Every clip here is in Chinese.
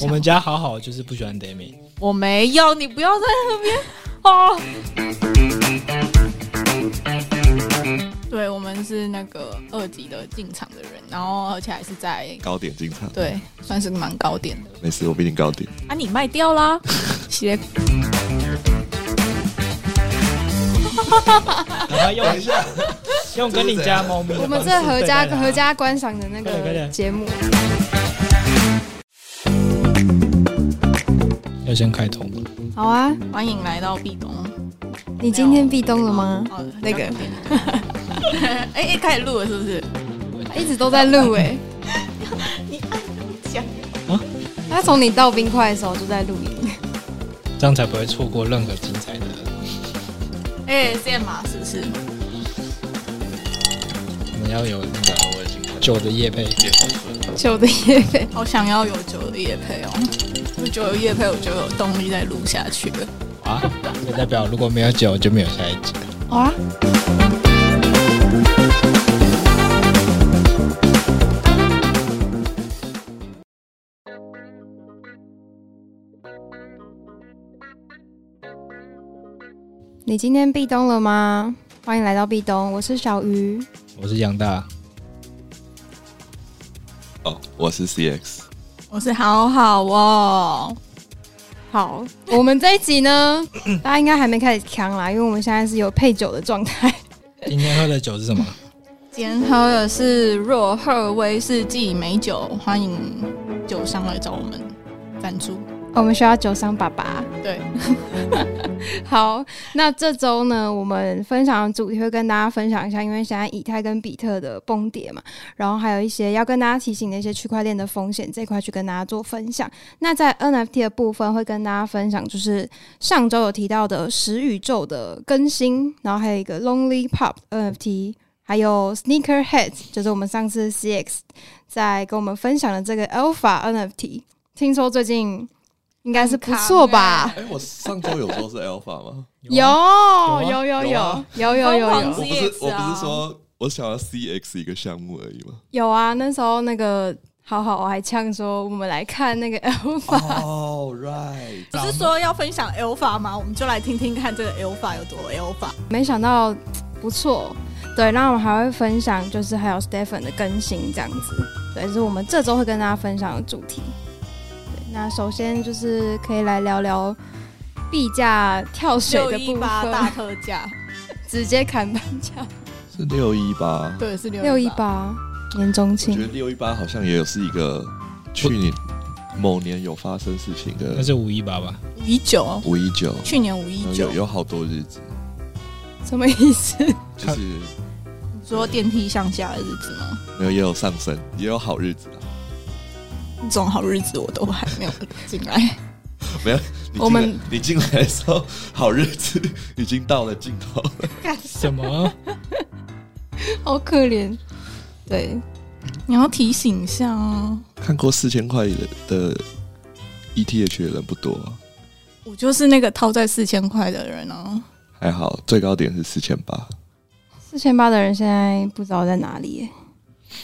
我们家好好就是不喜欢 Demi，我没有，你不要在那边哦。对，我们是那个二级的进场的人，然后而且还是在高点进场，对，算是蛮高点的。没事，我比你高点。啊，你卖掉啦，鞋然后用等一下，用跟你家猫咪的方式我们这合家对待它合家观赏的那快点快个点节目，要先开通吗？好啊！欢迎来到壁咚。你今天壁咚了吗？哦，那个哎 哎、开始录了是不是？一直都在录 哎、讲他从你倒冰块的时候就在录音， 这样才不会错过任何精彩的。哎，ASMR 是不是？我们要有那个酒的夜配，旧的夜配。好想要有酒的夜配哦，有酒的夜配我就有动力再录下去了。啊，这代表如果没有酒就没有下一集。哇！你今天壁咚了吗？欢迎来到壁咚，我是小鱼。我是杨大，哦，我是 CX，我是好好哦，好，我们这一集呢，大家应该还没开始扛啦，因为我们现在是有配酒的状态。今天喝的酒是什么？今天喝的是若赫威士忌美酒，欢迎酒商来找我们赞助。我们需要酒商爸爸。对，好，那这周呢，我们分享的主题会跟大家分享一下，因为现在以太跟比特的崩跌嘛，然后还有一些要跟大家提醒的一些区块链的风险这一块去跟大家做分享。那在 NFT 的部分会跟大家分享，就是上周有提到的十宇宙的更新，然后还有一个 Lonely Pop NFT。还有 Sneaker Head，就是我们上次 CX 在跟我们分享的这个 Alpha NFT，听说最近应该是不错吧？哎、我上周有说是 Alpha 吗？有啊有有有有啊有有有疯狂我不有是， CX 我啊不是说我想要 CX 一个项目而已 吗？有啊！那时候那个好好，我还呛说我们来看那个 Alpha，哦、r i g h 不是说要分享 Alpha 吗？我们就来听听看这个 Alpha 有多 Alpha。没想到嘖不错。对，那我们还会分享，就是还有 Stephen 的更新这样子。对，这是我们这周会跟大家分享的主题。对，那首先就是可以来聊聊币价跳水六的一部八大 分，特价，直接砍半价，是六一八。对，是六六一。八年中我觉庆得六一八好像也有是一个去年某年有发生事情那的是五一八吧？五一九，五一九，去年五一然后九有，有好多日子，什么意思？ 就是你说电梯上下的日子吗？没有也有上升，也有好日子啊。这种好日子我都还没有进 来。你进我来们你进来的时候，好日子已经到了尽头了。什么？好可怜。对，你要提醒一下哦，看过四千块的的 ETH 的人不多、啊，我就是那个套在四千块的人哦。还好最高点是四千八。四千八的人现在不知道在哪里耶，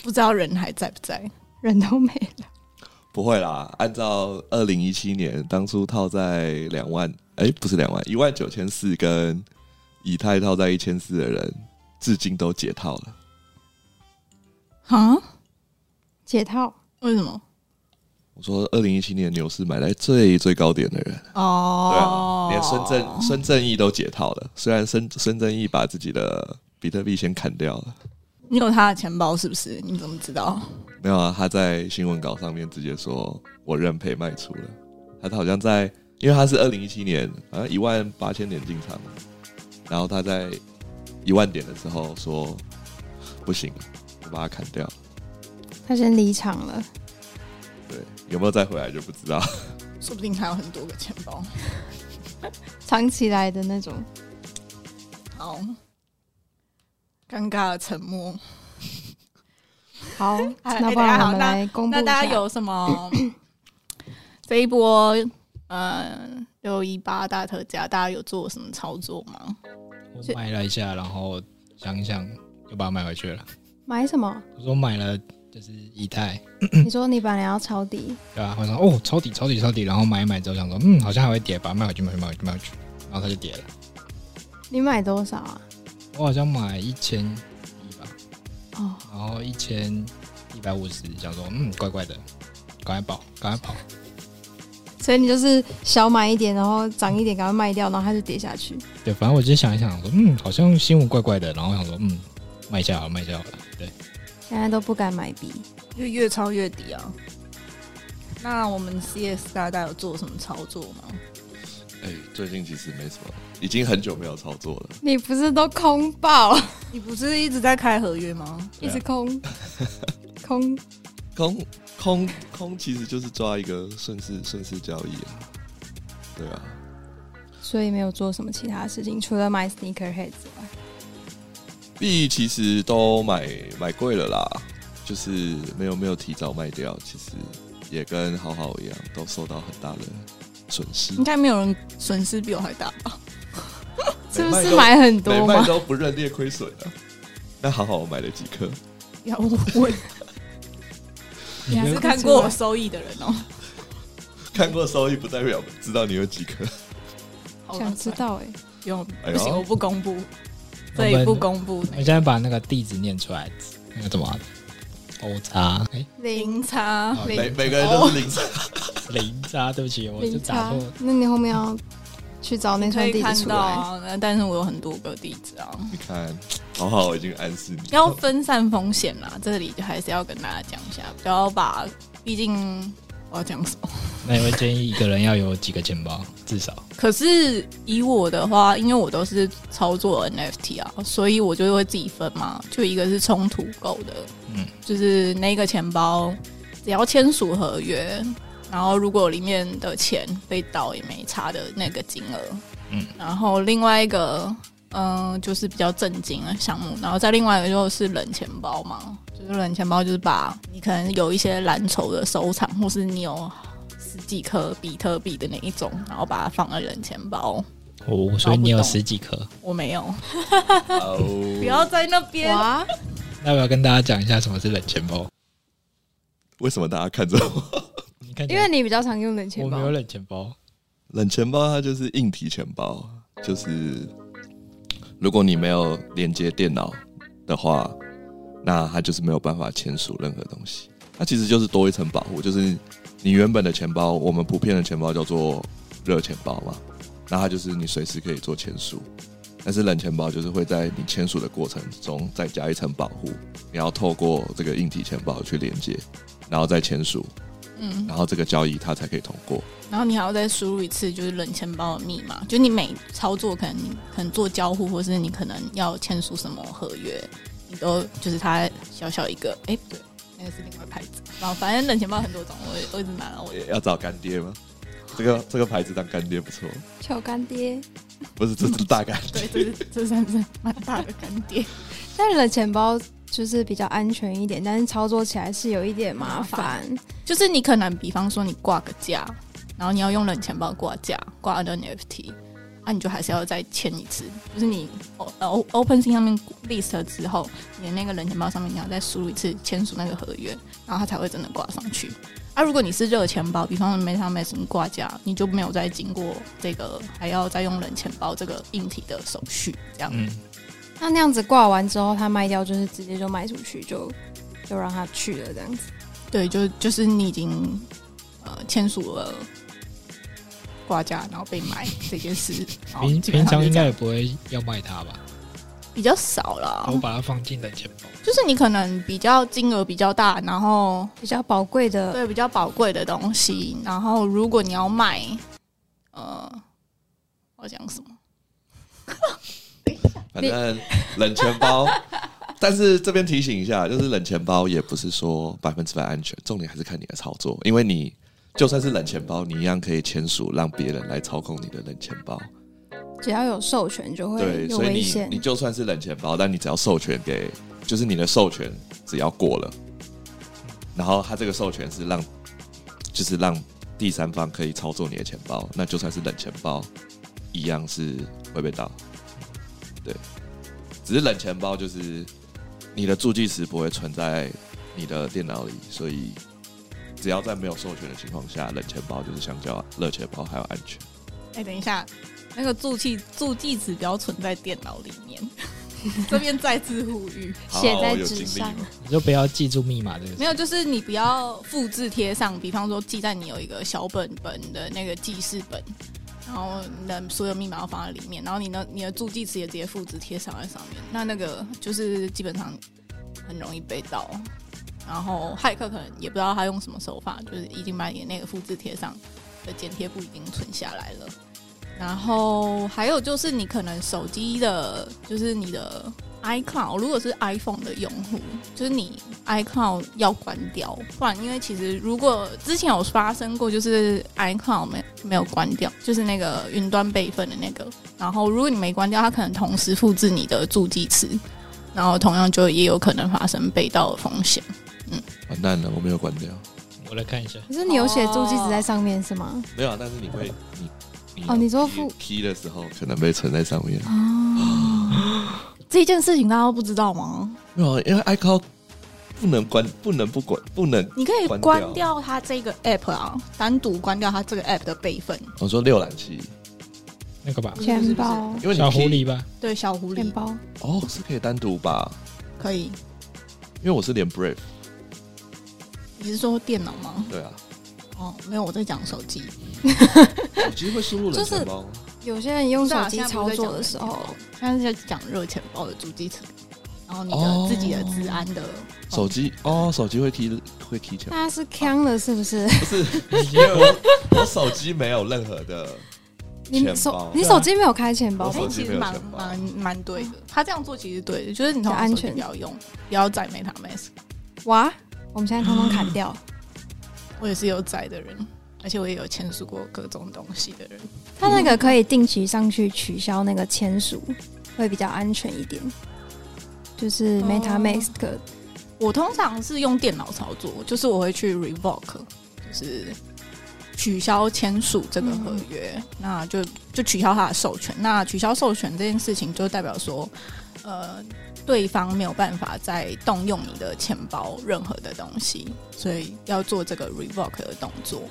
不知道人还在不在？人都没了。不会啦，按照二零一七年当初套在两万，哎，不是两万，一万九千四跟以太套在一千四的人，至今都解套了。啊？解套，为什么？我说二零一七年牛市买在最最高点的人，对哦啊，连孙正孙正义都解套了。虽然孙孙正义把自己的比特币先砍掉了，你有他的钱包是不是？你怎么知道？没有啊，他在新闻稿上面直接说我认赔卖出了。他好像在，因为他是二零一七年好像一万八千点进场，然后他在一万点的时候说不行了，我把它砍掉。他先离场了。对，有没有再回来就不知道。说不定他有很多个钱包。藏起来的那种，好，尴尬的沉默。好，哎哎等那不一下然我们好那来公布那一大家下。有什么 这一波呃六一八大特价，大家有做什么操作吗？我买了一下，然后想一想，又把它买回去了。买什么？我说买了就是以太，嗯你说你本来要抄底，对吧、我想哦，抄底抄底抄底，然后买一买之后想说，嗯，好像还会跌吧，卖回去卖回去卖回去卖回去，然后它就跌了。你买多少啊？我好像买一千一吧，哦，然后一千一百五十，想说嗯，怪怪的，赶快跑，赶快跑。 所以你就是小买一点，然后涨一点，赶快卖掉，然后它就跌下去。对，反正我就想一想，说嗯，好像新闻怪怪的，然后我想说嗯，卖一下好了，卖一下好了。对，现在都不敢买币，越越抄越低啊。那我们 CS 大家有做什么操作吗？哎、最近其实没什么，已经很久没有操作了。你不是都空 爆，啊你不是一直在开合约吗？一对啊直空空，空空空其实就是抓一个顺势顺势交易啊，对啊，所以没有做什么其他事情，除了买 sneaker head 之外。币其实都买买贵了啦，就是没有没有提早卖掉，其实也跟好好一样，都受到很大的损失应。该没有人损失比我还大吧？是每不卖是都买很每多卖 嘛？都不认列亏损啊。那好好，我买了几颗， 要我我你还你是就看过我收益的人哦、看过收益不代表知道你有几颗。好想知，道哎、不用，哎不行，我呦，不公布，我这们里不公布我现在把那个地址念出来，那个什么啊欧差，哎、零差好每零。每个人都是零零差，对不起，我就零打差错。，那你后面要去找那可串以地看址出到来。啊，那但是我有很多个地址啊，你看，好好，我已经暗示你。要分散风险啦。这里就还是要跟大家讲一下，不要把，毕竟我要讲什么。那你会建议一个人要有几个钱包？至少可是以我的话，因为我都是操作 NFT 啊，所以我就会自己分嘛。就一个是冲突购的，嗯就是那个钱包只要签署合约，然后如果里面的钱被盗也没差的那个金额，嗯，然后另外一个。嗯，就是比较震惊的项目，然后再另外一个就是冷钱包嘛，就是冷钱包就是把你可能有一些蓝筹的收藏，或是你有十几颗比特币的那一种，然后把它放在冷钱包。哦，所以你有十几颗。我没有，哦，不要在那边。哇，那我要跟大家讲一下什么是冷钱包。为什么大家看着我？你看起因来，为你比较常用冷钱我包没有，冷钱包，冷钱包它就是硬体钱包，就是如果你没有连接电脑的话，那它就是没有办法签署任何东西。它其实就是多一层保护，就是你原本的钱包，我们普遍的钱包叫做热钱包嘛，那它就是你随时可以做签署。但是冷钱包就是会在你签署的过程中再加一层保护，你要透过这个硬体钱包去连接，然后再签署，嗯，然后这个交易它才可以通过。然后你还要再输入一次，就是冷钱包的密码。就你每操作，可能你可能做交互，或是你可能要签署什么合约，你都就是它小小一个，哎、不对，那个是另外牌子。然后反正冷钱包很多种，我也我一直拿了我的。要找干爹吗？这个这个牌子当干爹不错，小干爹。不是这是大干爹对，，这是这算是蛮大的干爹，但冷钱包就是比较安全一点，但是操作起来是有一点麻烦。就是你可能比方说你挂个架，然后你要用冷钱包挂架挂 NFT，那、啊你就还是要再签一次，就是你哦呃 O OpenSea 上面 list 了之后，你的那个冷钱包上面你要再输入一次签署那个合约，然后它才会真的挂上去。啊，如果你是热钱包，比方说 MetaMask 你挂架，你就没有再经过这个还要再用冷钱包这个硬体的手续，这样。嗯，那那样子挂完之后，它卖掉就是直接就卖出去，就就让它去了这样子。对，就就是你已经呃签署了挂架，然后被 买这件事，然后平基本平常上就应这该样也不会要卖它吧？比较少啦我。把它放进冷钱包。就是你可能比较金额比较大，然后呃比较宝贵的，对比较宝贵的东西，然后如果你要卖，呃，我讲什么？反正冷钱包。但是这边提醒一下，就是冷钱包也不是说百分之百安全，重点还是看你的操作，因为你就算是冷钱包，你一样可以签署让别人来操控你的冷钱包。只要有授权就会对，有所以危你险你。就算是冷钱包，但你只要授权给，就是你的授权只要过了，然后他这个授权是让，就是让第三方可以操作你的钱包，那就算是冷钱包，一样是会被盗。对，只是冷钱包就是你的助记词不会存在你的电脑里，所以只要在没有授权的情况下，冷钱包就是相较热钱包还要安全。哎、等一下，那个助记助记指标存在电脑里面， 这边再次呼吁，好写在有纸经历哦上 吗你就不要记住密码这个。没有，就是你不要复制贴上，比方说记在你有一个小本本的那个记事本。然后你的所有密码要放在里面，然后你呢，你的助记词也直接复制贴上在上面。那那个就是基本上很容易被盗，然后骇客可能也不知道他用什么手法，就是已经把你的那个复制贴上的剪贴簿已经存下来了。然后还有就是你可能手机的，就是你的 iCloud，如果是 iPhone 的用户，就是你 iCloud 要关掉，不然因为其实如果之前有发生过，就是 iCloud 没没有关掉，就是那个云端备份的那个，然后如果你没关掉，它可能同时复制你的助记词，然后同样就也有可能发生被盗的风险。完蛋了，我没有关掉。我来看一下，可是你有写注记纸在上面是吗？没有啊，但是你会你你哦你说复复 key 的时候可能被存在上面。这件事情大家都不知道吗？没有啊，因为 iCloud 不能关，不能不管，不能。你可以关掉关掉它这个 app 啊，单独关掉它这个 app 的备份。我说浏览器，那个吧，钱包，因为你小狐 key- 狸 吧，对，小狐钱狸包，哦是可以单独吧，可以。因为我是连 Brave，你是说电脑吗？对啊，哦，没有，我在讲手机。手机会输入冷钱哦包吗，有些人用手机操作的时候，现在在讲热钱包的主机层，然后你的、哦自己的治安的手机哦手机会 key 会 key 钱，大家是坑了是不是？不是，因为我我手机没有任何的，你钱包手你啊手机没有开钱包我吧哎手？机其没实有蛮钱包蛮蛮对的。他这样做其实对的，就是你通常比较手安机全不要用，不要载 MetaMask。哇，我们现在通通砍掉，我也是有载的人，而且我也有签署过各种东西的人。 它那个可以定期上去取消那个签署，会比较安全一点。就哦是 MetaMask 我通常是用电脑操作，就是我会去 revoke，就是取消签署这个合约，那就就取消他的授权。那取消授权这件事情，就代表说，呃，对方没有办法再动用你的钱包任何的东西，所以要做这个 revoke 的动作。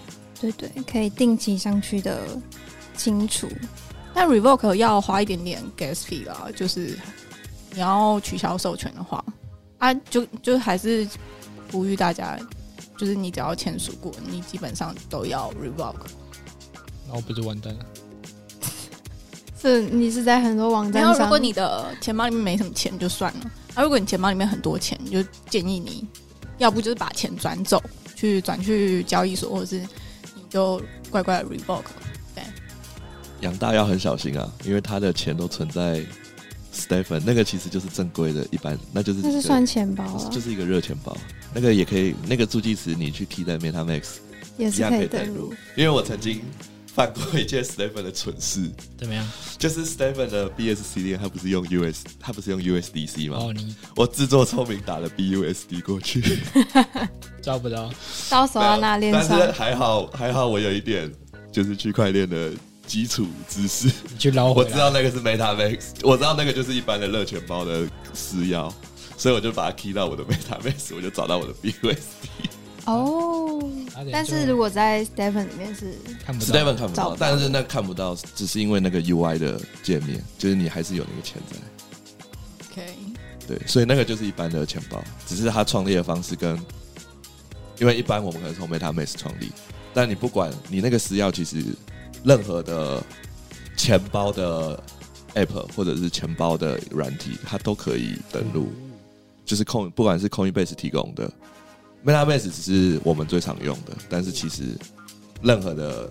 对对，可以定期上去的清除。但 revoke 要花一点点 gas fee 啦，就是你要取消授权的话，啊，就就还是呼吁大家，就是你只要签署过，你基本上都要 revoke。那哦我不就完蛋了？是你是在很多网站然后上，如果你的钱包里面没什么钱就算了，啊，如果你钱包里面很多钱，就建议你要不就是把钱转走，去转去交易所，或者是你就乖乖地 revoke。杨大要很小心啊，因为他的钱都存在 Stephen 那个其实就是正规的，一般那就是那一是个算钱包就是啊，就是一个热钱包，那个也可以，那个助记词你去 key 在 MetaMax 也一是样可以以登登入录。，因为我曾经犯过一件 Stephen 的蠢事，怎么样？就是 Stephen 的 BSC 链，他不是用 US，他不是用 USDC 吗？哦，你我自作聪明打了 BUSD 过 去，抓不到，到手要拿链但上是，还好还好我有一点就是区块链的基础知识，你去捞我回知来。道那个是 MetaMax，我知道那个就是一般的热钱包的私钥，所以我就把它 key 到我的 MetaMax，我就找到我的 BUSD。哦差点就，但是如果在 Stephen 里面是看不 s 到 t e v e n 看不找到，不到但是那看不到，只是因为那个 UI 的界面，就是你还是有那个钱在。 OK，对，所以那个就是一般的钱包，只是它创立的方式跟，因为一般我们可能从 MetaMask 创立，但你不管你那个私钥，其实任何的钱包的 App 或者是钱包的软体，它都可以登录，就是空不管是 Coinbase 提供的，MetaMask 只是我们最常用的，但是其实任何的。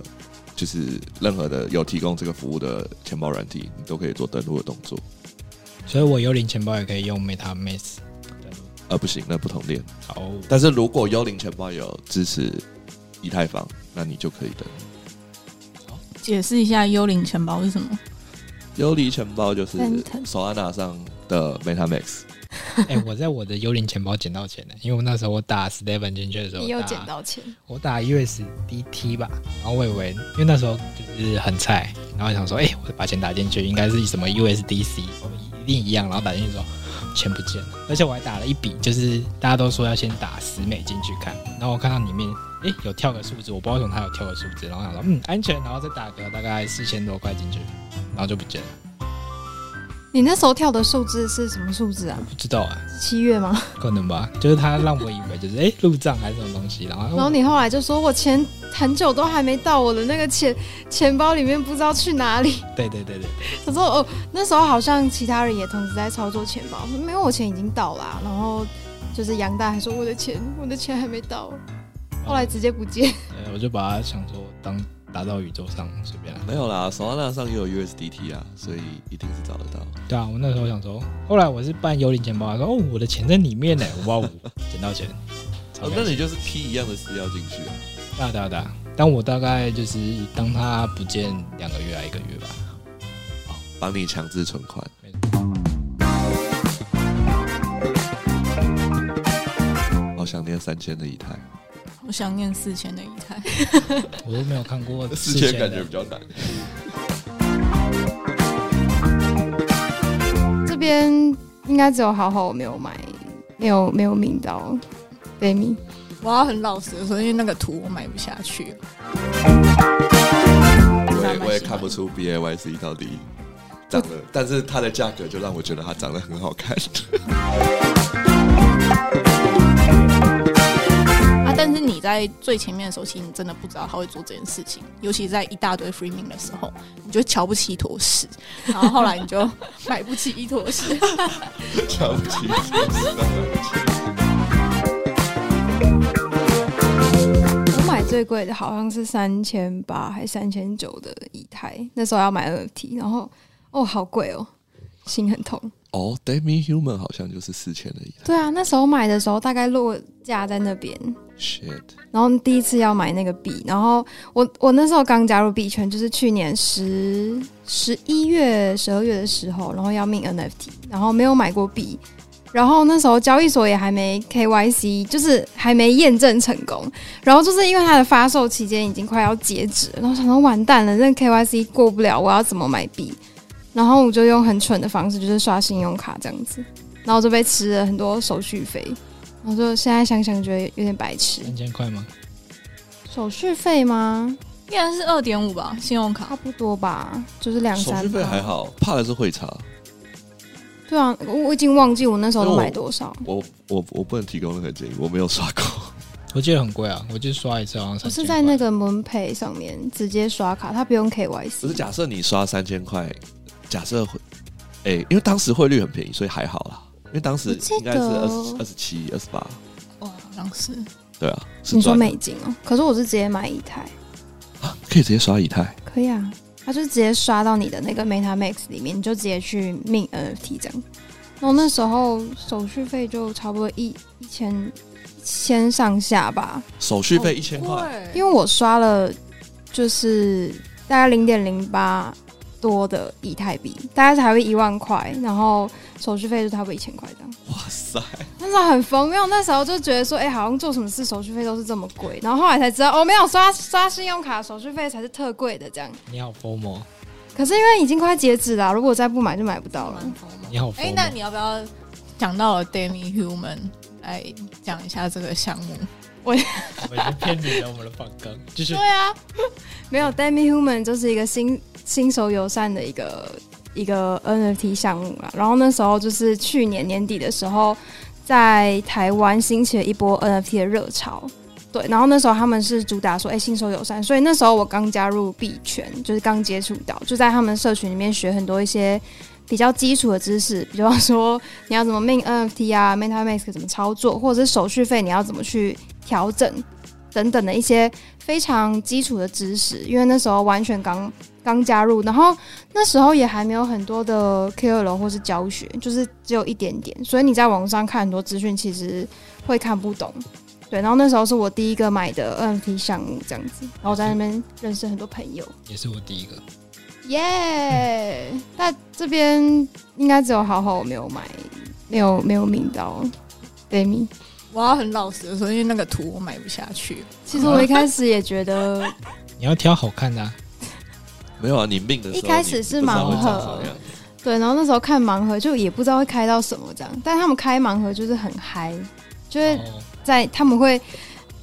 就是任何的有提供这个服务的钱包软体，你都可以做登录的动作。所以我幽灵钱包也可以用 MetaMask 登录。呃，不行，那不同链。好，但是如果幽灵钱包有支持以太坊，那你就可以登。解释一下幽灵钱包是什么？幽灵钱包就是 Phantom Solana 上的 MetaMax，哎、我在我的幽灵钱包捡到钱呢、因为我那时候我打 Steven 进去的时候，你又我打捡到钱，我打 USDT 吧，然后我以为，因为那时候就是很菜，然后想说，哎、我把钱打进去，应该是什么 USDC，我们一定一样，然后打进去之后，钱不见了，而且我还打了一笔，就是大家都说要先打十美金去看，然后我看到里面诶有跳个数字，我不知道为什么它有跳个数字，然后想说嗯安全，然后再打个大概四千多块进去，然后就不见了，你那时候跳的数字是什么数字啊？不知道啊，是七月吗？可能吧，就是他让我以为就是诶入账还是什么东西，然后然后你后来就说，我钱很久都还没到，我的那个钱钱包里面不知道去哪里。 对对对对，可是哦，那时候好像其他人也同时在操作钱包，没有我钱已经到啦。然后就是杨大还说我的钱，我的钱还没到，后来直接不见。 呃我就把它想说当打到宇宙上随便啦。啊没有啦，Solana 上也有 USDT 啊，所以一定是找得到。对啊，我那时候想说，后来我是办幽灵钱包，说哦我的钱在里面呢，哇哦捡到钱，超哦，开那心你就是 key 一样的私钥进去啊。大大大，但我大概就是当他不见两个月啊一个月吧。哦，帮你强制存款。好想念三千的以太，我想念四千的以太。我都没有看过四千千感觉的比较难。这边应该只有好好我没有买，没有没有名到 d a m i 我要很老实地说，因为那个图我买不下去。我还蛮喜欢也我也看不出 B A Y C 到底涨了，但是它的价格就让我觉得它长得很好看。啊，但是你在最前面的时候，其实你真的不知道他会做这件事情，尤其在一大堆 freeing 的时候，你就瞧不起一坨屎，然后后来你就买不起一坨屎。 瞧不起，我买最贵的好像是三千八还三千九的以太，那时候要买 NFT，然后哦好贵哦，心很痛。哦，Demi Human 好像就是四千的以太。对啊，那时候买的时候大概落价在那边， Shit，然后第一次要买那个币，然后我我那时候刚加入币圈，就是去年十十一月、十二月的时候，然后要命 NFT，然后没有买过币，然后那时候交易所也还没 KYC，就是还没验证成功，然后就是因为它的发售期间已经快要截止了，然后想说完蛋了，那 KYC 过不了，我要怎么买币？然后我就用很蠢的方式，就是刷信用卡这样子，然后就被吃了很多手续费，然后就现在想想觉得有点白痴。三千块吗？手续费吗？ 应该是二点五吧，信用卡差。不多吧，就是两手三。续费还。好，怕的是汇差。对啊，我我已经忘记我那时候都买多少。我我我不能提供任何建议，我没有刷 过。我记得很贵啊，我就刷一次好像我三是千。在那个 MoonPay 上面直接刷卡，它不用可是 KYC。假设你刷三千块，假设会，哎、因为当时汇率很便宜，所以还好啦。因为当时我记应该是得二十二十七、二十八，哇，好像是。对啊，是你说赚的美金哦、可是我是直接买以太，啊可以直接刷以太。可以啊，它就直接刷到你的那个 MetaMax 里面，你就直接去命 NFT 这样。然后那时候手续费就差不多一一千一千上下吧，手续费一千哦块，对，因为我刷了就是大概零点零八多的以太币，大概才会一万块，然后手续费就差不多一千块这样。哇塞！那时候很疯，因为我那时候就觉得说，哎、好像做什么事手续费都是这么贵，然后后来才知道，哦，没有刷刷信用卡手续费才是特贵的这样。你好 FOMO，可是因为已经快截止了，啊如果再不买就买不到了。你好 FOMO。哎、那你要不要讲到了 Demi Human 来讲一下这个项目？我已经偏离了我们的反纲，就是啊， 没有 Demi Human 就是一个新新手友善的一个一个 NFT 项目啦。然后那时候就是去年年底的时候，在台湾兴起了一波 NFT 的热潮。对，然后那时候他们是主打说，哎、新手友善，所以那时候我刚加入币圈，就是刚接触到，就在他们社群里面学很多一些比较基础的知识，比方说你要怎么命 NFT 啊，MetaMask 怎么操作，或者是手续费你要怎么去调整等等的一些非常基础的知识，因为那时候完全刚刚加入，然后那时候也还没有很多的 KOL 或是教学，就是只有一点点，所以你在网上看很多资讯，其实会看不懂。对，然后那时候是我第一个买的 NFT 项目这样子，然后我在那边认识很多朋友，也是我第一个，耶！那这边应该只有好好我没有买，没有没有名到 Demi。我要很老实的说，因为那个图我买不下去。其实我一开始也觉得 你要挑好看的、啊，没有啊，你命的时候一开始是你不知盲道会盒长什么样对，然后那时候看盲盒就也不知道会开到什么这样，但他们开盲盒就是很嗨，就是哦在他们会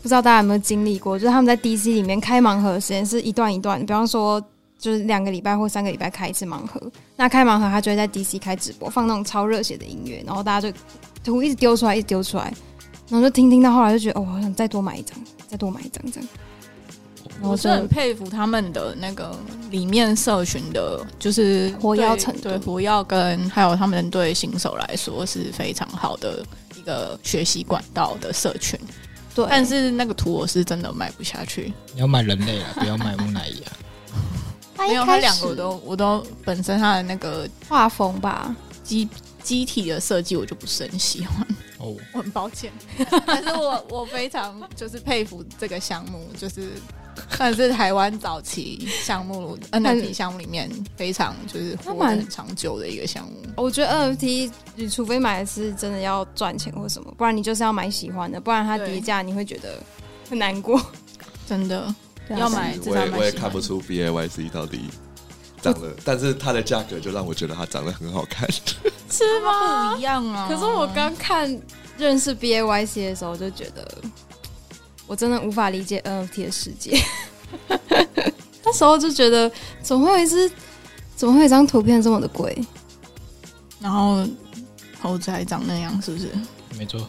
不知道大家有没有经历过，就是他们在 DC 里面开盲盒的时间是一段一段，比方说就是两个礼拜或三个礼拜开一次盲盒，那开盲盒他就会在 DC 开直播，放那种超热血的音乐，然后大家就图一直丢出来，一直丢出来，然后就听听到后来就觉得哦，我好想再多买一张，再多买一张这样，然后我是就很佩服他们的那个里面社群的，就是活跃对程度对活跃跟还有他们对新手来说是非常好的一个学习管道的社群。对，但是那个图我是真的买不下去，你要买人类啊，不要买木乃伊啊。他没一有它开两个我始都我都本身它的那个画风吧，机机体的设计我就不是很喜欢，哦，我很抱歉。 但是我我非常就是佩服这个项目，就是算是台湾早期项目 NFT 项目里面非常就是活得很长久的一个项目。我觉得 NFT，你除非买的是真的要赚钱或什么，不然你就是要买喜欢的，不然它对跌价你会觉得很难过。真的啊要哦买至我少也买我也喜看欢不出 B A Y C 到底长 了，但是它的价格就让我觉得它长得很好看。是吗？不一样啊！可是我刚看认识 BAYC 的时候，就觉得我真的无法理解 NFT 的世界。 那时候就觉得，怎么会有一只，怎么会有一张图片这么的贵？然后猴子还长那样，是不是？没错，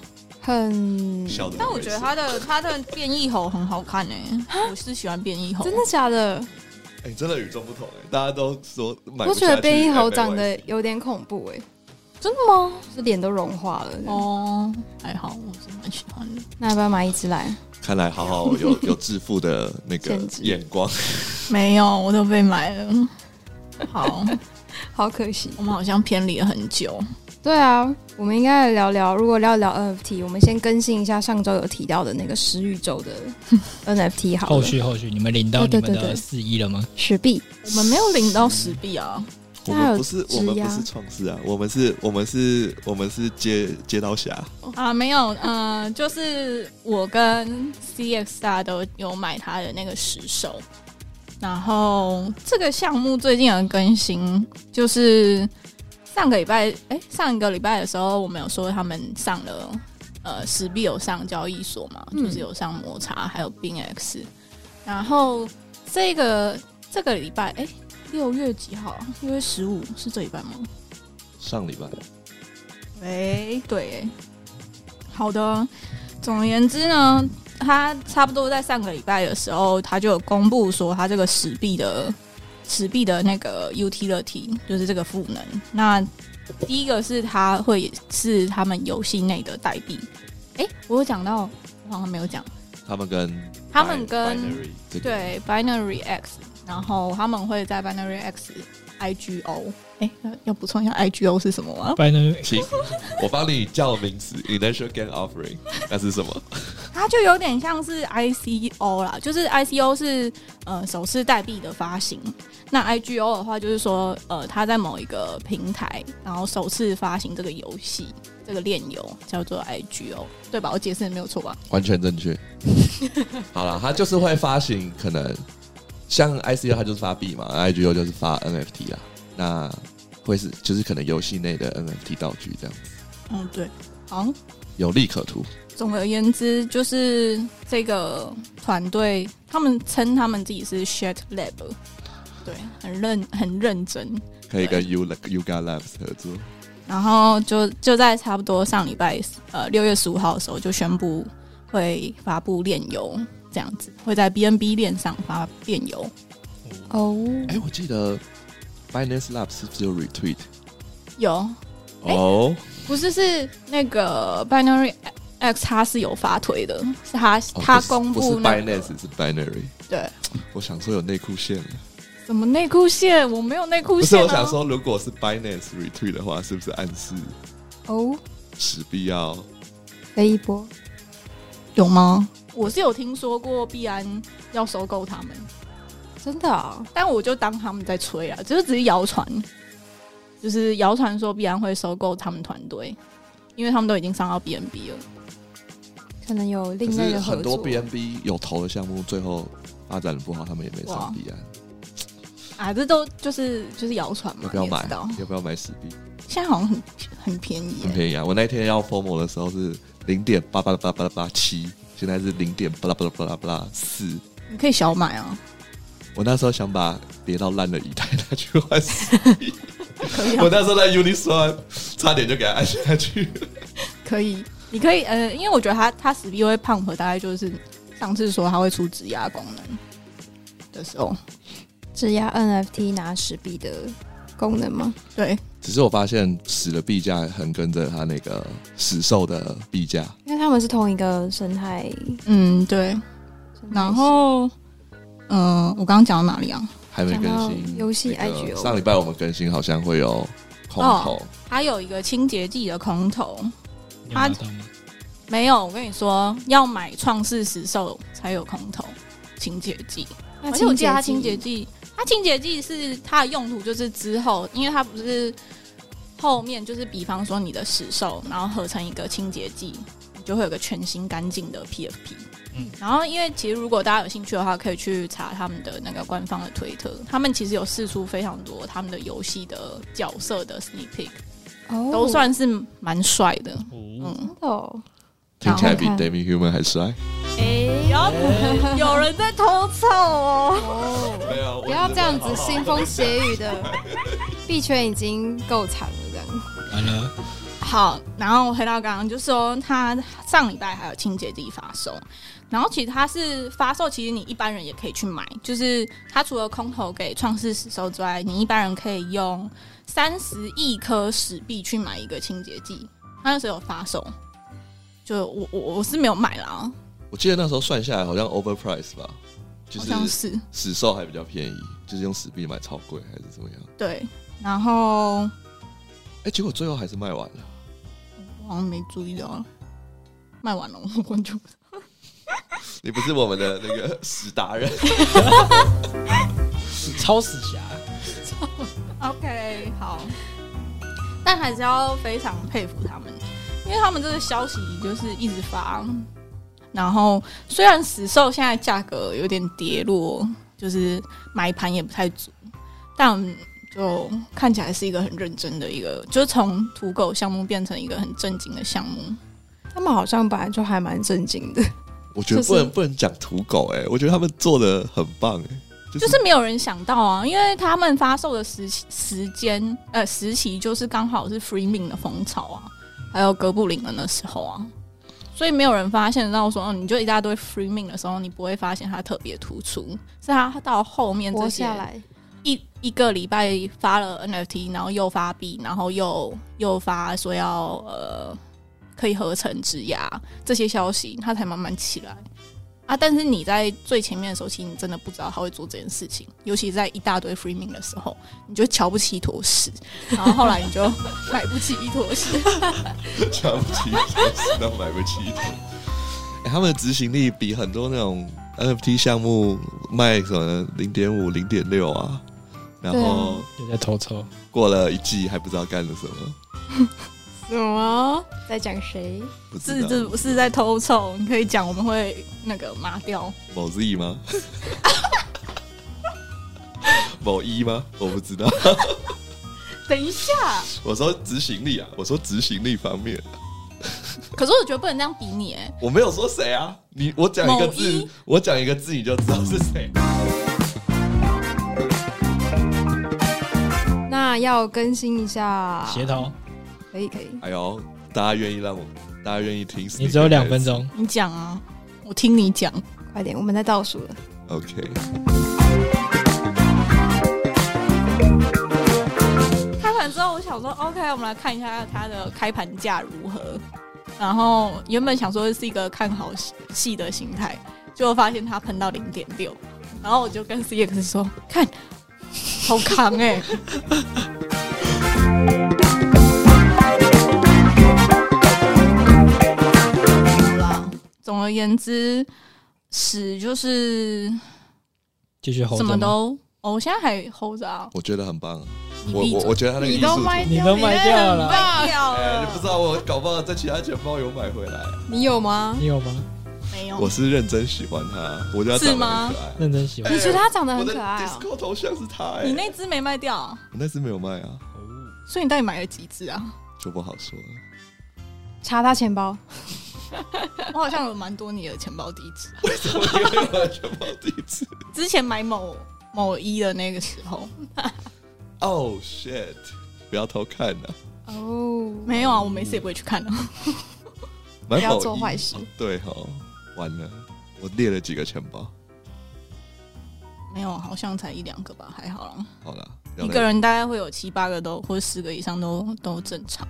很笑得很猥琐但我觉得它的它的变异猴很好看诶、我是喜欢变异猴，真的假的？哎、真的与众不同哎、大家都说买不我觉得下去哎变异猴 FAY 长得有点恐怖哎、真的吗？就是脸都融化了。哦，哦，还好，我是蛮喜欢的。那要不要买一只来？看来好好 有有致富的那个限制眼光。没有，我都被买了。好，好可惜。我们好像偏离了很久。对啊，我们应该来聊聊，如果要聊 NFT，我们先更新一下上周有提到的那个十宇宙的 NFT 好了。后续后续，你们领到你对们对对的对四一了吗？史币，我们没有领到十币啊，我大家有们不是质我们押不是创世啊，我们是我们是我们是接接刀侠，啊，没有，呃，就是我跟 CX 大家都有买他的那个十手，然后这个项目最近有更新，就是上个礼拜，哎、上一个礼拜的时候，我们有说他们上了，呃，石币有上交易所嘛，嗯就是有上摩擦，还有 BinX，然后这个这个礼拜，哎、六月几号啊？六月十五是这礼拜吗？上礼拜喂，哎对，好的。总而言之呢，他差不多在上个礼拜的时候，他就有公布说他这个石币的石币的那个 utility，就是这个赋能。那第一个是它会是他们游戏内的代币。诶，我有讲到，我好像没有讲。他们跟他们跟 Binary 这个对，Binary X，然后他们会在 Binary X IGO。诶，要要补充一下 IGO 是什么吗？拜呢？请我帮你叫名词 Initial Gain Offering，那是什么？它就有点像是 ICO 啦，就是 ICO 是呃首饰代币的发行，那 IGO 的话就是说呃它在某一个平台，然后首次发行这个游戏这个链游叫做 IGO，对吧？我解释的没有错吧？完全正确。好了，他就是会发行，可能像 ICO 它就是发币嘛，IGO 就是发 NFT 啊，那会是就是可能游戏内的 NFT 道具这样子，嗯，对，好，有利可图。总而言之，就是这个团队，他们称他们自己是 Shet Lab，对，很认很认真，可以跟 U Yuga Labs 合作，然后就就在差不多上礼拜呃六月十五号的时候就宣布会发布链游，这样子会在 BNB 链上发链游。哦，哎、我记得 Binance Labs 是不是有 retweet？有哎哦，不是是那个 Binary X 它是有发推的，是它哦它不是公不布是那个 Binance 是 Binary，对我想说有内裤线了，什么内裤线，我没有内裤不是线、啊。我想说，如果是 Binance retweet 的话，是不是暗示哦，史必要？飞一波，有吗？我是有听说过币安要收购他们，真的啊、但我就当他们在吹啊，就是只是谣传，就是谣传说必然会收购他们团队，因为他们都已经上到 BNB 了。可能有可另类是的合很多作。 BNB 有投的项目，最后发展得不好，他们也没上哇币啊。啊，这都就是就是谣传嘛要，不要你也买知道？要不要买史币？现在好像很很便宜耶很，便宜啊！我那天要 FOMO 的时候是零点八八八八八七，现在是零点巴拉巴拉巴拉巴拉四。你可以小买啊，我那时候想把跌到烂的以太拿去换 死，可以啊我那时候在 Uniswap 差点就给它按下去。可以，你可以呃，因为我觉得它它死币会胖和大概就是上次说它会出指压功能的时候，质押 NFT 拿十币的功能吗？对，只是我发现死的币价很跟着它那个死售的币价，因为他们是同一个生态，嗯对，生态系然后嗯、呃我刚刚讲到哪里啊？还没更讲到新。游戏那个 IGO 上礼拜我们更新好像会有空哦投，还有一个清洁剂的空投，你有拿到吗？没有，我跟你说，要买创世石兽才有空投清洁剂。那而且我记得它清清洁洁剂剂，它清洁剂是它的用途就是之后，因为它不是后面就是比方说你的石兽，然后合成一个清洁剂，你就会有个全新干净的 PFP。嗯然后因为其实如果大家有兴趣的话，可以去查他们的那个官方的推特，他们其实有试出非常多他们的游戏的角色的 sneak peek，哦都算是蛮帅的。哦，嗯，哦，听起来比好看 Demi Human 还帅。哎有有人在偷臭哦！没有，不要这样子腥风血雨的， 币圈已经够长了这样。完了，好，然后回到刚刚，就说他上礼拜还有清洁剂发售，然后其实它是发售，其实你一般人也可以去买，就是它除了空投给创世石兽之外，你一般人可以用三十亿颗史币去买一个清洁剂，它那时候有发售，就我我我是没有买啦，我记得那时候算下来好像 overprice 吧，就好是像是死售还比较便宜，就是用死币买超贵还是怎么样？对，然后哎、结果最后还是卖完了。我好像没注意到，卖完了我关注，你不是我们的那个死达人，超死侠， OK，好，但还是要非常佩服他们，因为他们这个消息就是一直发，然后虽然死兽现在价格有点跌落，就是买盘也不太足，但就看起来是一个很认真的一个，就是从土狗项目变成一个很正经的项目。他们好像本来就还蛮震惊的，我觉得就是不能不能讲土狗哎、我觉得他们做的很棒哎、就就是没有人想到啊，因为他们发售的时期时间呃时期就是刚好是 Free Min 的风潮啊，还有哥布林的那时候啊，所以没有人发现到说，哦，你就一大堆 Free Min 的时候，你不会发现它特别突出，是它到后面这活些下来。一一个礼拜发了 NFT，然后又发币，然后又又发说要呃可以合成质押这些消息，它才慢慢起来啊。但是你在最前面的时候，其实你真的不知道他会做这件事情，尤其在一大堆 free min 的时候，你就瞧不起一坨屎，然后后来你就买不起一坨屎。瞧不起，死到买不起。哎、他们的执行力比很多那种 NFT 项目卖什么零点五、零点六啊，然后又在偷抽，过了一季还不知道干了什么， 什么？在讲谁？不知是道这不是在偷臭，你可以讲我们会那个麻掉。某 Z 吗？某一吗？我不知道。等一下，我说执行力啊，我说执行力方面，可是我觉得不能这样比你哎、我没有说谁啊。你我讲一个某字一，我讲一个字，你就知道是谁。那要更新一下，鞋头，可以可以。哎呦，大家愿意让我，大家愿意听？你只有两分。钟，你讲啊，我听你讲。快点，我们在倒数了。 OK，开盘之后，我想说，OK，我们来看一下它的开盘价如何。然后原本想说是一个看好戏的心态，结果发现它喷到零点六，然后我就跟 CX 说：“看，好扛哎、好啦总而言之，屎就是继续吼什么都，哦我现在还 hold 着啊，我觉得很棒啊。你我闭我嘴我觉得他那个艺术图，你都卖掉了，掉哎，了哦你不知道我搞不好在其他钱包有买回来啊。你有吗？你有吗？没有，我是认真喜欢他，我觉得他长是得吗很可爱。认真喜欢你觉得他长得我很的可爱哦、 Disco 头像是他哎、你那只没卖掉，我那次没有卖啊，哦，所以你到底买了几只啊？就不好说了。查他钱包， 我好像有蛮多你的钱包地址，为什么你会完全报地址？之前买某某一的那个时候， Oh shit！不要偷看啊，哦，没有啊，我没事也不会去看的、不不要做坏事对哦，完了，我列了几个钱包，没有，啊好像才一两个吧，还好啦。好了，要一来个人大概会有七八个都，或者十个以上都都正常。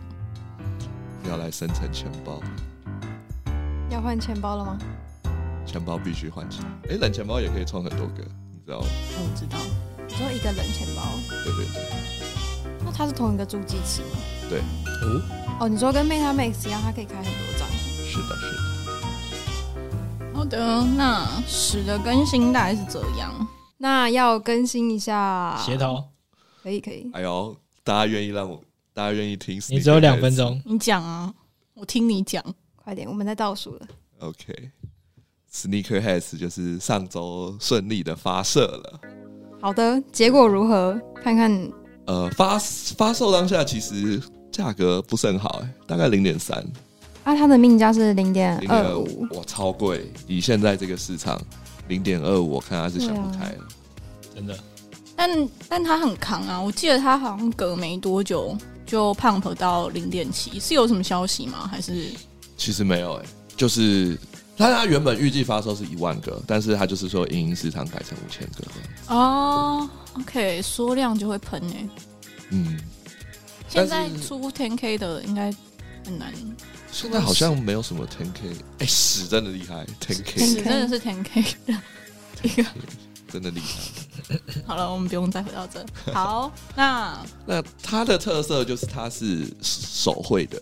要来生成钱包，要换钱包了吗？钱包必须换钱。哎、冷钱包也可以创很多个，你知道吗？我知道，你说一个人钱包，对对对，那它是同一个助记词吗？哦，哦，你说跟 MetaMax 一样，它可以开很多张。是的，是的。好的，那史的更新大概是这样。那要更新一下，鞋头，可以可以。哎呦，大家愿意让我，大家愿意听？你只有两分。钟，你讲啊，我听你讲。快点，我们在倒数了。 OK。Sneaker Heads 就是上周顺利的发射了，好的，结果如何？看看呃，发发售当下其实价格不是很好、哎，大概零点三，啊，它的命价是零点零点二二五五，，哇，超贵！以现在这个市场，零点二五，我看他是想不开了。真的但但他很扛啊，我记得他好像隔没多久就 pump 到零点七，是有什么消息吗？还是其实没有、哎，就是，但他原本预计发售是一万个，但是他就是说影音市场改成五千个这样。哦，OK，缩量就会喷欸诶、嗯，现但是在出 ten k 的应该很难，现在好像没有什么 ten k，哎，屎真的厉害真，ten k 10K 的是 ten k 的一个。真的厉害。好了，我们不用再回到这。好，那那它的特色就是它是手绘的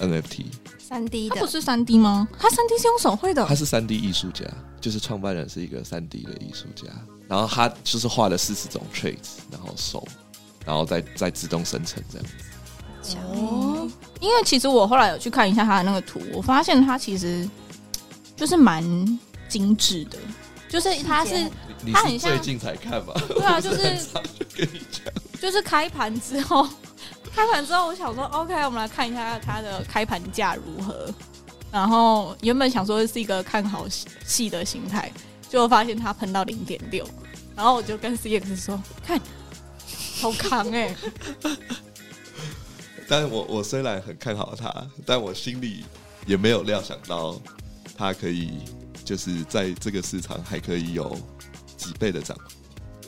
NFT，三 D 它的不。是三 D 吗？它三 D 是用手绘的 哦他是三 D 艺术家，就是创办人是一个三 D 的艺术家，然后他就是画了四十种 traits，然后手，然后再再自动生成这样。强哦。因为其实我后来有去看一下它的那个图，我发现它其实就是蛮精致的，就是它细节是很你你他很是最像近才看吧？对啊， 就是跟你讲，就是开盘之后， 开盘之后我想说，OK，我们来看一下它的开盘价如何。然后原本想说是一个看好戏的心态，结果发现它喷到零点六，然后我就跟 CX 说，看。好扛哎、但是我我虽然很看好他，但我心里也没有料想到他可以就是在这个市场还可以有几倍的涨幅。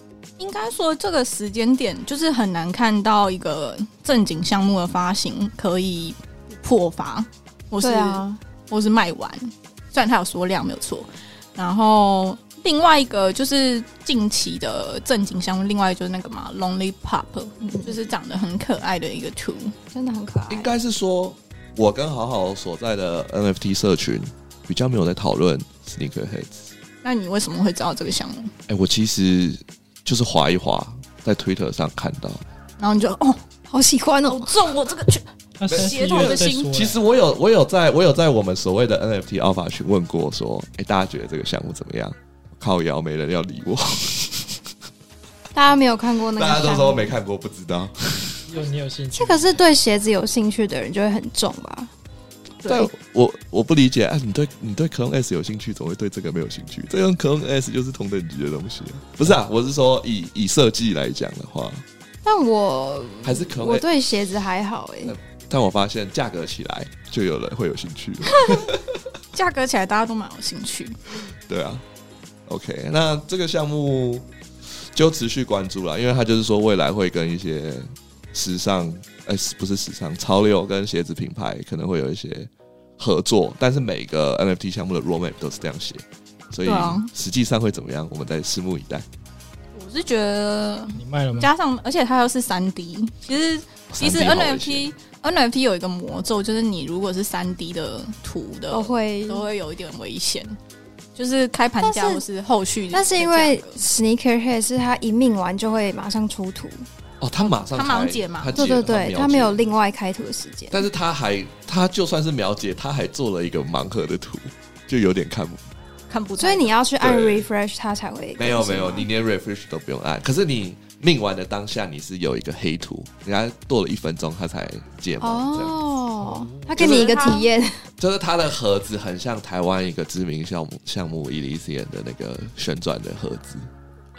应该说这个时间点就是很难看到一个正经项目的发行可以破发，我是对啊，或是卖完，虽然它有缩量没有错。然后另外一个就是近期的正经项目，另外就是那个嘛，Lonely Pop，就是长得很可爱的一个图。真的很可哎爱。应该是说，我跟好好所在的 NFT 社群比较没有在讨论 sneaker heads。那你为什么会知道这个项目？哎、我其实就是划一划，在推特上看到。然后你就哦，好喜欢好哦，中我这个圈，那三十鞋一头月的再心说。其实我有我有在我有在我们所谓的 NFT Alpha 群问过说，哎、大家觉得这个项目怎么样？靠摇没人要理我，大家没有看过那个 大项目，家都说没看过，不知道。有你有兴趣，这个是对鞋子有兴趣的人就会很重吧？但我我不理解啊，你对你对 Clone S 有兴趣，怎么会对这个没有兴趣？这跟 Clone S 就是同等级的东西啊。不是啊，我是说以以设计来讲的话，但我还是 Clone 我 S。对鞋子还好呃哎、但我发现价格起来，就有人会有兴趣了。价格起来大家都蛮有兴趣。对啊，OK，那这个项目就持续关注了，因为它就是说未来会跟一些时尚，呃，不是时尚潮流跟鞋子品牌可能会有一些合作，但是每个 NFT 项目的 roadmap 都是这样写，所以对啊实际上会怎么样，我们再拭目以待。我是觉得你卖了吗？加上，而且它又是三 D，其实其实 3D 好危险 NFT NFT 有一个魔咒，就是你如果是三 D 的图的我会，都会有一点危险，就是开盘价嗯但是或是后续的价格，但是因为 sneakerhead 是他一命完就会马上出图，哦，他马上他马上才解码他对解对了对，秒他没有解另外开图的时间。但是他还，他就算是秒解，他还做了一个盲盒的图，就有点看不看不出所来。以你要去按对 refresh 它才会没有更新没有，吗你连 refresh 都不用按，可是你命完的当下你是有一个黑图，人家剁了一分钟他才解盲这样。哦，它给你一个体验，就是它的盒子很像台湾一个知名项目项目 Elysian 的那个旋转的盒子，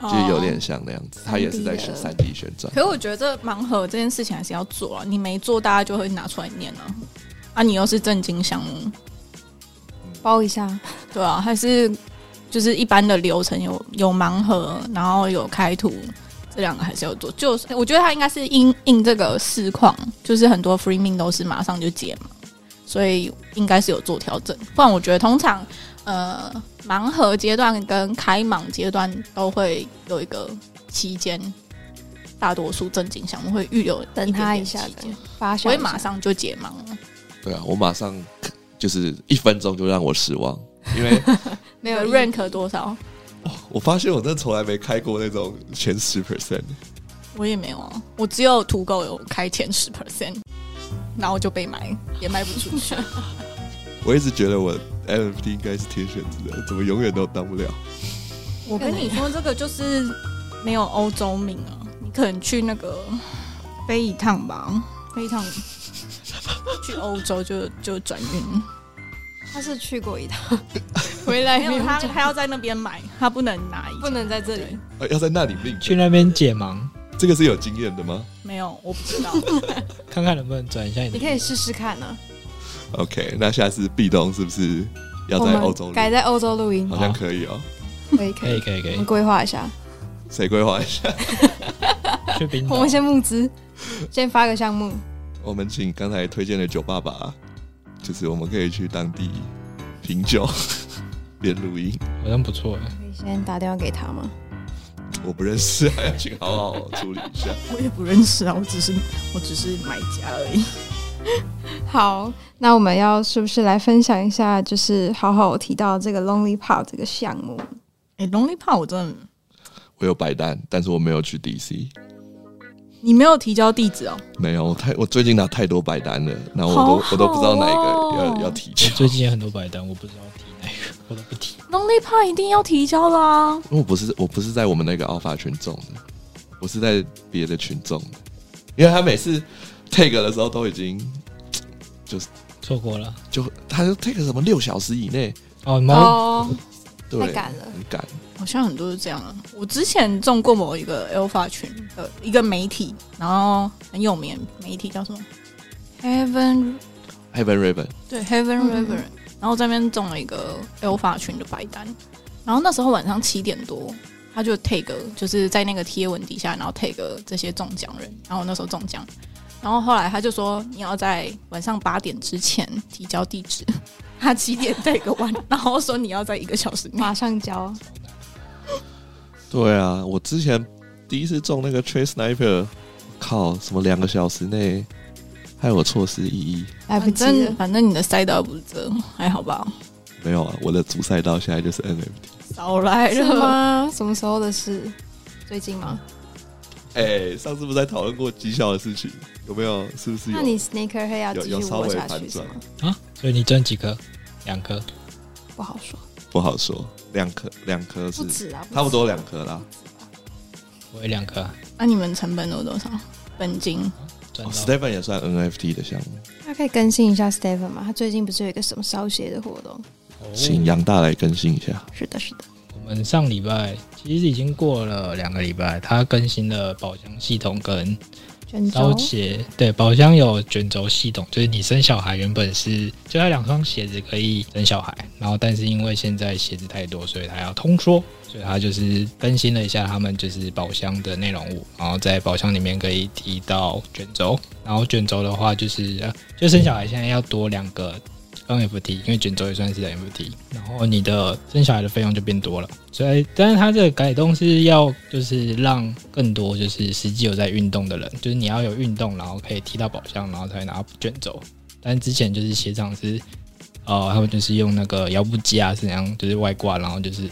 就有点哦。像那样子，它也是在 3D 选的三 D 旋转可。是我觉得这盲盒这件事情还是要做啊，你没做，大家就会拿出来念啊。啊，你又是正经项目，包一下。对啊，还是就是一般的流程有有盲盒，然后有开图，这两个还是要做。就是我觉得它应该是应应这个市况，就是很多 free min 都是马上就解盲，所以应该是有做调整。不然我觉得通常呃盲盒阶段跟开盲阶段都会有一个期间，大多数正经项目会预留等 它一一点下点期的间，发不酵会一下，马上就解盲了。对啊，我马上就是一分钟就让我失望，因为没没有有意义 rank 多少，我发现我真的从来没开过那种前十 percent。我也没有啊，我只有土狗有开前十 percent，然后就被买，也卖不出 去。我一直觉得我 NFT 应该是天选之人，怎么永远都当不了？我跟你说，这个就是没有欧洲名啊，你可能去那个飞一趟吧，飞一趟去欧洲就就转运，他是去过一趟，回来没有他转运他要在那边买，他不能拿一家，不能在这里对。呃要在那里命去那边解盲，这个是有经验的吗没有，我不知道。 看看能不能转一下你的。你可以试试看啊。 ？OK，那下次壁咚是不是要我在们欧洲录？改在欧洲录音好，像可以哦，可以可可以可以可我以们，规划一下，谁规划一下？去冰岛 我。们先募资，先发个项目。我们请刚才推荐的酒爸爸，就是我们可以去当地品酒， 边录音。好像不错欸，可以先打电话给他吗？我不认识，还要请好好处理一下。我也不认识啊，我只是我只是买家而已。好，那我们要是不是来分享一下，就是好好提到这个 Lonely Pop 这个项目？哎、l o n e l y p o 我真的，我有白单，但是我没有去 DC，你没有提交地址哦。没有我太，我最近拿太多白单了，然后我都、好好哦我都不知道哪一个要要提交，最近有很多白单，我不知道提哪个，我都不提。 Lonely Pie 一定要提交啦、因为我不是我不是在我们那个 Alpha 群众的，我是在别的群众的，因为他每次 tag 的时候都已经错过了就他就 tag 什么六小时以内，哦，猫哦，对，太赶了很赶。好像很多是这样啊。我之前中过某一个 Alpha 群的呃一个媒体，然后很有名的媒体叫什么 Heaven Heaven Raven，对 Heaven 嗯 Reverend，、然后这边中了一个 Alpha 群的白单，然后那时候晚上七点多，他就 take 就是在那个贴文底下，然后 take 这些中奖人，然后我那时候中奖，然后后来他就说你要在晚上八点之前提交地址，他七点 take 完，然后说你要在一个小时内马上交，对啊，我之前第一次中那个 Trace Sniper，靠，什么两个小时内，害我错失意义。来不及反正了。反正你的赛道不是这，还好吧？没有啊，我的主赛道现在就是 NFT。少来是了，吗？什么时候的事？最近吗？哎、上次不是在讨论过绩效的事情，有没有？是不是那有？你 sneaker 黑要继有有续稍微握下去反是转吗？啊，所以你赚几颗？两颗，不好说，不好说，两颗，两颗是不止啊，止差不多两颗啦。我有两颗啊那、你们成本都多少？本金赚哦、到。 Stephen 也算 NFT 的项目，那可以更新一下 Stephen 吗？他最近不是有一个什么烧鞋的活动？哦请杨大来更新一下。是的，是的。我们上礼拜其实已经过了两个礼拜，它更新了宝箱系统跟卷轴烧鞋。对，宝箱有卷轴系统，就是你生小孩原本是就它两双鞋子可以生小孩，然后但是因为现在鞋子太多，所以它要通缩，所以它就是更新了一下他们就是宝箱的内容物，然后在宝箱里面可以提到卷轴，然后卷轴的话就是呃就生小孩现在要多两个 NFT，因为卷轴也算是 NFT，然后你的生小孩的费用就变多了。所以，但是它这个改动是要就是让更多就是实际有在运动的人，就是你要有运动，然后可以踢到宝箱，然后才拿到卷轴。但之前就是鞋厂是，呃，他们就是用那个腰部机啊，是怎样，就是外挂，然后就是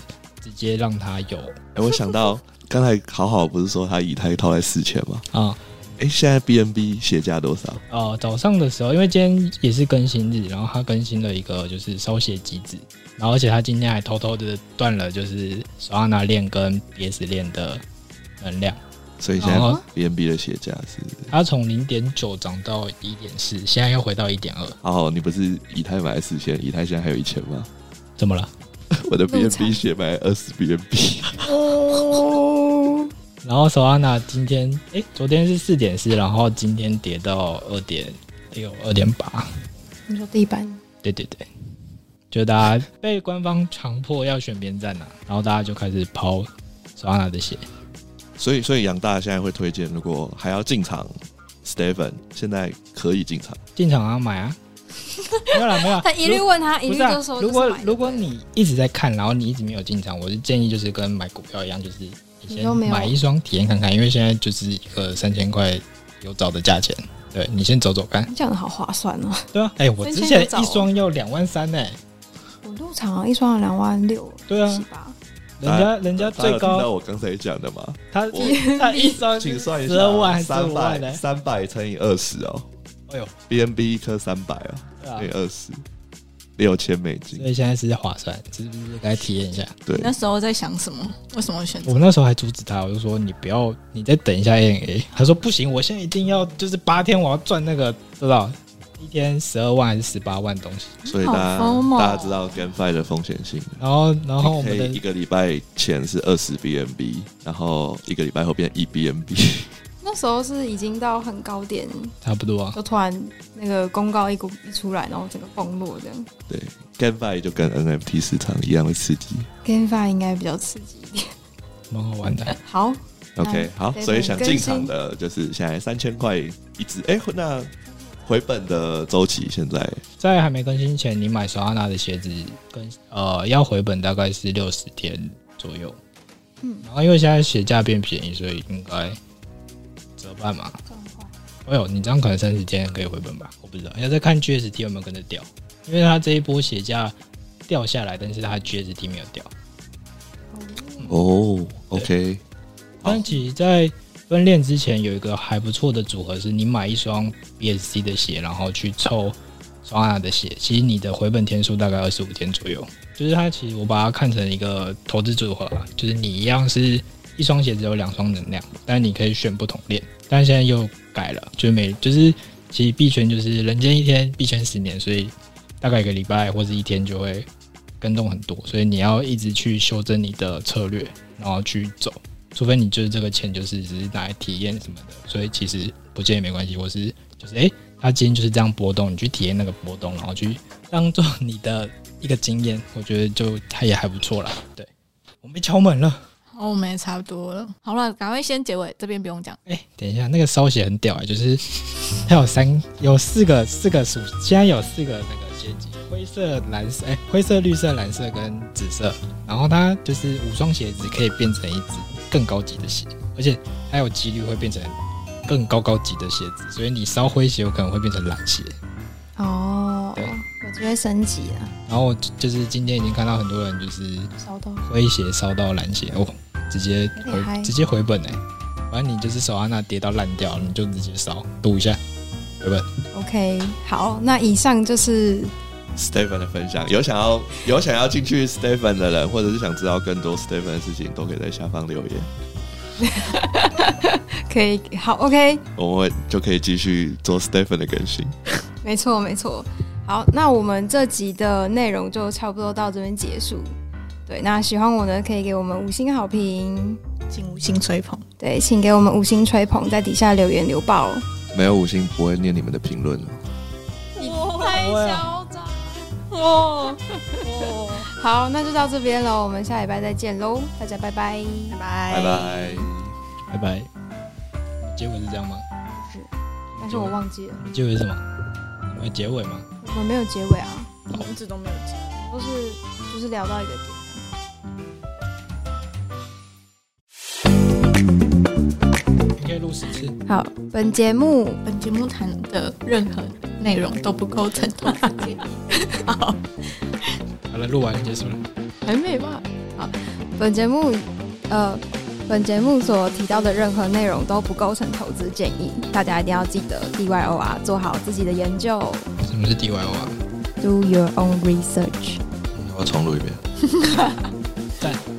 直接让它有 哎、我想到刚才好好不是说他以太套在四千吗？啊、哎，现在 BNB 鞋价多少？哦，早上的时候，因为今天也是更新日，然后它更新了一个就是收鞋机制，然后而且它今天还偷偷的断了就是手拉拿链跟 BS 链的能量，所以现然在后 BNB 的鞋价是……它从零点九涨到一点四，现在又回到一点二，哦，你不是以太买了四千，以太现在还有一千 吗？怎么了？我的入场 BNB 鞋买二十 BNB，哦，然后手拉拿今天哎、诶昨天是四点四，然后今天跌到二点六、二点八，你说地板对对对，就大家被官方强迫要选边站了、啊然后大家就开始抛手拉拿的鞋。 所以所以杨大现在会推荐，如果还要进场，Stephen 现在可以进场。进场啊买啊，没有啦没有啦， 他一律问他，一不律是、啊就说、如果就是买的如果你一直在看，然后你一直没有进场，我是建议就是跟买股票一样，就是你你先都没有买一双体验看看，因为现在就是一个三千块有找的价钱，对你先走走看，你讲的好划算哦，对啊，哎、我之前一双要两万三呢、我入场啊一双两万六，对啊七八，人家人家大最家哎有听到高我刚才讲的吗？他我他一 双请算一下，十二万还是三五万百呢？三百乘以二十哦哎呦， ，BNB 一颗三百哦，对啊乘以二十，六千美金所。以现在是划算，是不是该体验一下？对你，那时候在想什么？为什么选择我？那时候还阻止他，我就说你不要，你再等一下 ANA。他 说不行，我现在一定要，就是八天我要赚那个，知道一天十二万还是十八万东西。所以大家好疯哦大家知道 GameFi 的风险性。然后，然后我可们以的一个礼拜前是二十 BNB，然后一个礼拜后变一 BNB，那时候是已经到很高点，差不多啊，就突然那个公告一股一出来，然后整个崩落这样。对，GameFi 就跟 NFT 市场一样的刺激。 GameFi 应该比较刺激一点。蛮好玩的。好，啊 OK，好，对所以想更新进场的就是现在三千块一只，哎、那回本的周期现在在还没更新前，你买索安娜的鞋子跟呃要回本大概是六十天左右。嗯，然后因为现在鞋价变便宜，所以应该折半嘛。哎呦，你这样可能三十天可以回本吧？我不知道，要再看 GST 有没有跟着掉，因为它这一波鞋价掉下来，但是它 GST 没有掉。哦，OK，好但其实，在分链之前有一个还不错的组合，是你买一双 BSC 的鞋，然后去凑双娜的鞋，其实你的回本天数大概二十五天左右。就是它其实我把它看成一个投资组合啊，就是你一样是一双鞋只有两双能量，但你可以选不同链。但现在又改了，就是每就是其实币圈就是人间一天，币圈十年，所以大概一个礼拜或者一天就会跟动很多，所以你要一直去修正你的策略，然后去走。除非你就是这个钱就是只是拿来体验什么的，所以其实不建议没关系。我是就是诶，它今天就是这样波动，你去体验那个波动，然后去当做你的一个经验，我觉得就它也还不错啦。对，我们被敲门了。哦，我们也差不多了。好了，赶快先结尾，这边不用讲。哎、等一下，那个烧血很屌哎、就是它有三有四个四个属，现在有四个那个阶级，灰色、蓝色，哎、灰色、绿色、蓝色跟紫色。然后它就是五双鞋子可以变成一只更高级的鞋，而且它有几率会变成更高高级的鞋子，所以你烧灰鞋有可能会变成蓝鞋。哦，对我觉得升级了，然后我就就是今天已经看到很多人就是稍等。灰鞋烧到蓝鞋，哦，直接有点嗨回直接回本哎、反正你就是手安娜跌到烂掉，你就直接烧赌一下回本。嗯 OK，好，那以上就是， Stephen 的分享，有想要有想要进去 Stephen 的人，或者是想知道更多 Stephen 的事情，都可以在下方留言，可以，好，OK，我们会就可以继续做 Stephen 的更新。没错，没错。好，那我们这集的内容就差不多到这边结束。对，那喜欢我呢，可以给我们五星好评。请五星吹捧，对，请给我们五星吹捧，在底下留言留爆。没有五星不会念你们的评论哦。你太嚣张哦！好，那就到这边喽，我们下礼拜再见喽，大家拜拜。拜拜，拜拜。拜拜。结尾是这样吗？是，但是我忘记了，结尾是什么？你们结尾吗？我们没有结尾啊，我们一直都没有结。都是就是聊到一个点。你可以录十次。好，本节目本节目谈的任何内容都不构成投资建议。好，好了，录完结束了。很美吧？本节目呃本节目所提到的任何内容都不构成投资建议，大家一定要记得 DYOR 做好自己的研究什么是 DIY 啊？ ，Do your own research。我重录一遍。赞。